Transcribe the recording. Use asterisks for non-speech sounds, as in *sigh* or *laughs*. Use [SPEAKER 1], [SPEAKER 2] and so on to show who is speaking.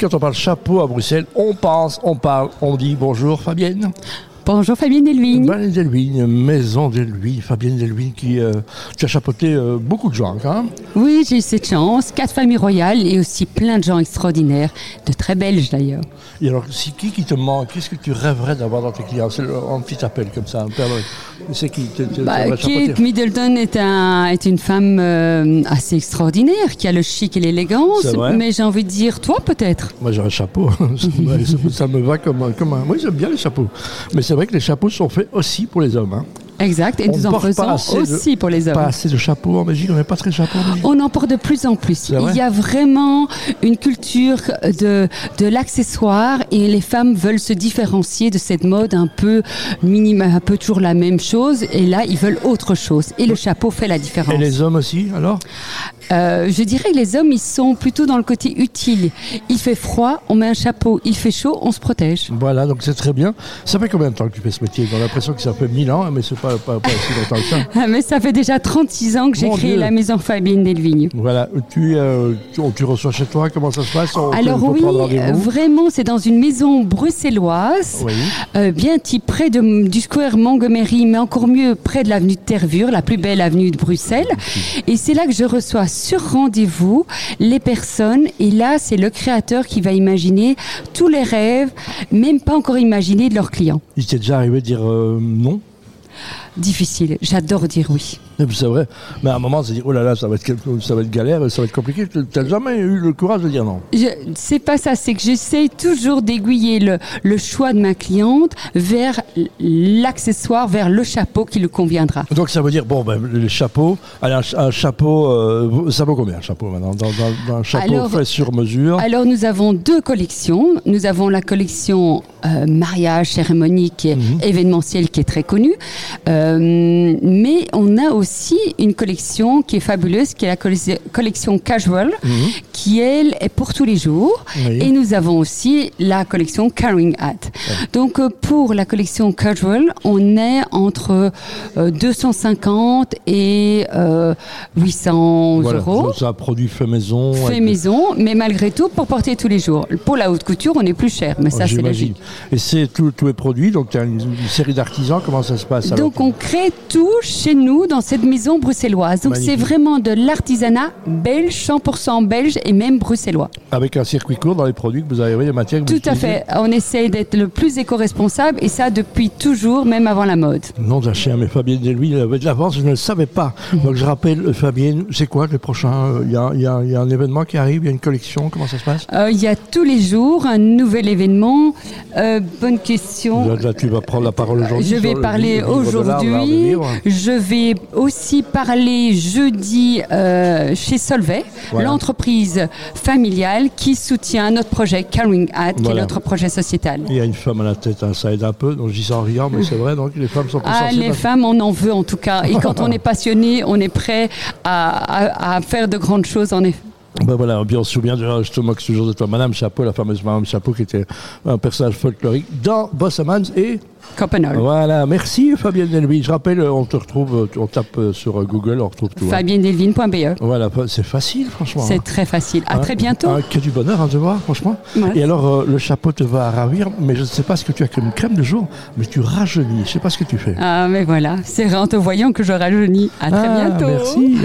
[SPEAKER 1] Quand on parle chapeau à Bruxelles, on pense, on parle, on dit bonjour Fabienne.
[SPEAKER 2] Bonjour Fabienne Delvigne.
[SPEAKER 1] Fabienne Delvigne, maison Delvigne, Fabienne Delvigne qui, euh, qui a chapeauté euh, beaucoup de gens quand même.
[SPEAKER 2] Oui, j'ai eu cette chance, quatre familles royales et aussi plein de gens extraordinaires, de très belges d'ailleurs.
[SPEAKER 1] Et alors, c'est qui qui te manque Qu'est-ce que tu rêverais d'avoir dans tes clients C'est le- un petit appel comme ça, un père Noël. C'est qui t'es- t'es-
[SPEAKER 2] Bah,
[SPEAKER 1] t'aimerais
[SPEAKER 2] Kate
[SPEAKER 1] chapeauter
[SPEAKER 2] Middleton est, un, est une femme euh, assez extraordinaire, qui a le chic et l'élégance,
[SPEAKER 1] C'est vrai.
[SPEAKER 2] mais j'ai envie de dire toi peut-être.
[SPEAKER 1] Moi j'ai un chapeau, *laughs* ça, me- ça me- ça me va comme, un- comme un... Moi j'aime bien les chapeaux, mais c'est vrai que les chapeaux sont faits aussi pour les hommes. hein.
[SPEAKER 2] Exact, et
[SPEAKER 1] On
[SPEAKER 2] nous en
[SPEAKER 1] porte pas
[SPEAKER 2] faisons
[SPEAKER 1] assez de-
[SPEAKER 2] aussi pour les hommes.
[SPEAKER 1] Pas assez de chapeaux en Belgique, on n'est pas très chapeau en Belgique.
[SPEAKER 2] On en porte de plus en plus.
[SPEAKER 1] C'est vrai
[SPEAKER 2] Il y a vraiment une culture de, de l'accessoire et les femmes veulent se différencier de cette mode un peu minime, un peu toujours la même chose. Et là, ils veulent autre chose. Et le chapeau fait la différence.
[SPEAKER 1] Et les hommes aussi, alors
[SPEAKER 2] Euh, je dirais que les hommes, ils sont plutôt dans le côté utile. Il fait froid, on met un chapeau. Il fait chaud, on se protège.
[SPEAKER 1] Voilà, donc c'est très bien. Ça fait combien de temps que tu fais ce métier J'ai l'impression que ça fait mille ans, hein, mais c'est pas, pas, pas si longtemps
[SPEAKER 2] *laughs*
[SPEAKER 1] que ça.
[SPEAKER 2] Ah, Mais ça fait déjà 36 ans que j'ai
[SPEAKER 1] Mon
[SPEAKER 2] créé
[SPEAKER 1] Dieu.
[SPEAKER 2] la maison Fabienne Delvigne.
[SPEAKER 1] Voilà, tu, euh, tu, on- tu reçois chez toi, comment ça se passe On-
[SPEAKER 2] Alors
[SPEAKER 1] on peut
[SPEAKER 2] oui, euh,
[SPEAKER 1] prendre rendez-vous
[SPEAKER 2] vraiment, c'est dans une maison bruxelloise.
[SPEAKER 1] Oui.
[SPEAKER 2] Euh, bien type près de, du square Montgomery, mais encore mieux près de l'avenue de Tervure, la plus belle avenue de Bruxelles. Et c'est là que je reçois sur rendez-vous les personnes. Et là, c'est le créateur qui va imaginer tous les rêves, même pas encore imaginés de leurs clients.
[SPEAKER 1] Il t'est déjà arrivé de dire euh, non
[SPEAKER 2] Difficile. J'adore dire oui.
[SPEAKER 1] Et puis c'est vrai, mais à un moment, c'est dit, oh là là, ça va être, quelque- ça va être galère, ça va être compliqué. Tu n'as jamais eu le courage de dire non.
[SPEAKER 2] Je, c'est pas ça, c'est que j'essaie toujours d'aiguiller le, le choix de ma cliente vers l'accessoire, vers le chapeau qui lui conviendra.
[SPEAKER 1] Donc ça veut dire, bon, ben, les chapeaux, allez, un, ch- un chapeau, euh, ça vaut combien un chapeau maintenant dans, dans- dans Un chapeau
[SPEAKER 2] Alors-
[SPEAKER 1] fait sur mesure
[SPEAKER 2] Alors nous avons deux collections. Nous avons la collection euh, mariage cérémonie qui est
[SPEAKER 1] Mhm.
[SPEAKER 2] événementielle, qui est très connue. Euh, mais on a aussi une collection qui est fabuleuse, qui est la colle- collection casual, qui elle est pour tous les jours.
[SPEAKER 1] Mhm. Oui.
[SPEAKER 2] Et nous avons aussi la collection carrying hat. Donc euh, pour la collection casual, on est entre euh, 250 et euh, 800
[SPEAKER 1] Voilà,
[SPEAKER 2] euros
[SPEAKER 1] ça, un produit fait maison.
[SPEAKER 2] fait
[SPEAKER 1] avec-
[SPEAKER 2] maison, mais malgré tout, pour porter tous les jours. Pour la haute couture, on est plus cher, mais ça, c'est
[SPEAKER 1] J'imagine.
[SPEAKER 2] logique.
[SPEAKER 1] Et c'est tous tous les produits, donc tu as une, une série d'artisans, comment ça se passe alors
[SPEAKER 2] Donc, on crée tout chez nous dans cette maison bruxelloise. Donc, c'est
[SPEAKER 1] Magnifique.
[SPEAKER 2] vraiment de l'artisanat belge, 100% belge et même bruxellois.
[SPEAKER 1] Avec un circuit court dans les produits que vous avez, oui, les matières que vous
[SPEAKER 2] Tout à
[SPEAKER 1] utilisez.
[SPEAKER 2] fait. On essaye d'être le plus éco-responsable et ça depuis toujours, même avant la mode.
[SPEAKER 1] Non, d'un chien, mais Fabienne Delville, elle avait de l'avance, je ne le savais pas.
[SPEAKER 2] Mhm.
[SPEAKER 1] Donc je rappelle, euh, Fabienne, c'est quoi le prochain euh, Il y a, il y a- il y a un événement qui arrive, il y a une collection, comment ça se passe
[SPEAKER 2] Euh, Il y a tous les jours un nouvel événement. Euh, bonne question.
[SPEAKER 1] là, là, tu vas prendre la parole aujourd'hui.
[SPEAKER 2] Je vais
[SPEAKER 1] sur le
[SPEAKER 2] parler
[SPEAKER 1] livre de l'art, l'art de
[SPEAKER 2] aujourd'hui.
[SPEAKER 1] vivre.
[SPEAKER 2] Je vais aussi parler jeudi euh, chez Solvay,
[SPEAKER 1] Voilà.
[SPEAKER 2] l'entreprise familiale qui soutient notre projet Caring Hat, qui
[SPEAKER 1] Voilà.
[SPEAKER 2] est notre projet sociétal.
[SPEAKER 1] Il y a une femme à la tête, hein, ça aide un peu, donc j'y sens rien, mais c'est vrai, donc les femmes sont plus
[SPEAKER 2] Ah,
[SPEAKER 1] sensibles.
[SPEAKER 2] les femmes, on en veut en tout cas. Et
[SPEAKER 1] *laughs*
[SPEAKER 2] quand on est passionné, on est prêt à, à- à faire de grandes choses, en effet.
[SPEAKER 1] Ben voilà, et puis on se souvient, de, je te moque toujours de toi, Madame Chapeau, la fameuse Madame Chapeau qui était un personnage folklorique dans Bossamans et
[SPEAKER 2] Copenhague.
[SPEAKER 1] Voilà, merci Fabienne Delville. Je rappelle, euh, on te retrouve, euh, tu- on tape euh, sur euh, Google, on retrouve tout. hein.
[SPEAKER 2] FabienneDelvine.be.
[SPEAKER 1] Voilà, fa- c'est facile franchement.
[SPEAKER 2] E. C'est
[SPEAKER 1] hein.
[SPEAKER 2] très facile. À
[SPEAKER 1] Hein,
[SPEAKER 2] très bientôt.
[SPEAKER 1] hein, que du bonheur à te voir, franchement.
[SPEAKER 2] Ouais.
[SPEAKER 1] Et alors, euh, le chapeau te va ravir, mais je ne sais pas ce que tu as comme crème de jour, mais tu rajeunis. Je ne sais pas ce que tu fais.
[SPEAKER 2] Ah, mais voilà, c'est en te voyant que je rajeunis. À Ah, très
[SPEAKER 1] Ah,
[SPEAKER 2] bientôt.
[SPEAKER 1] Merci.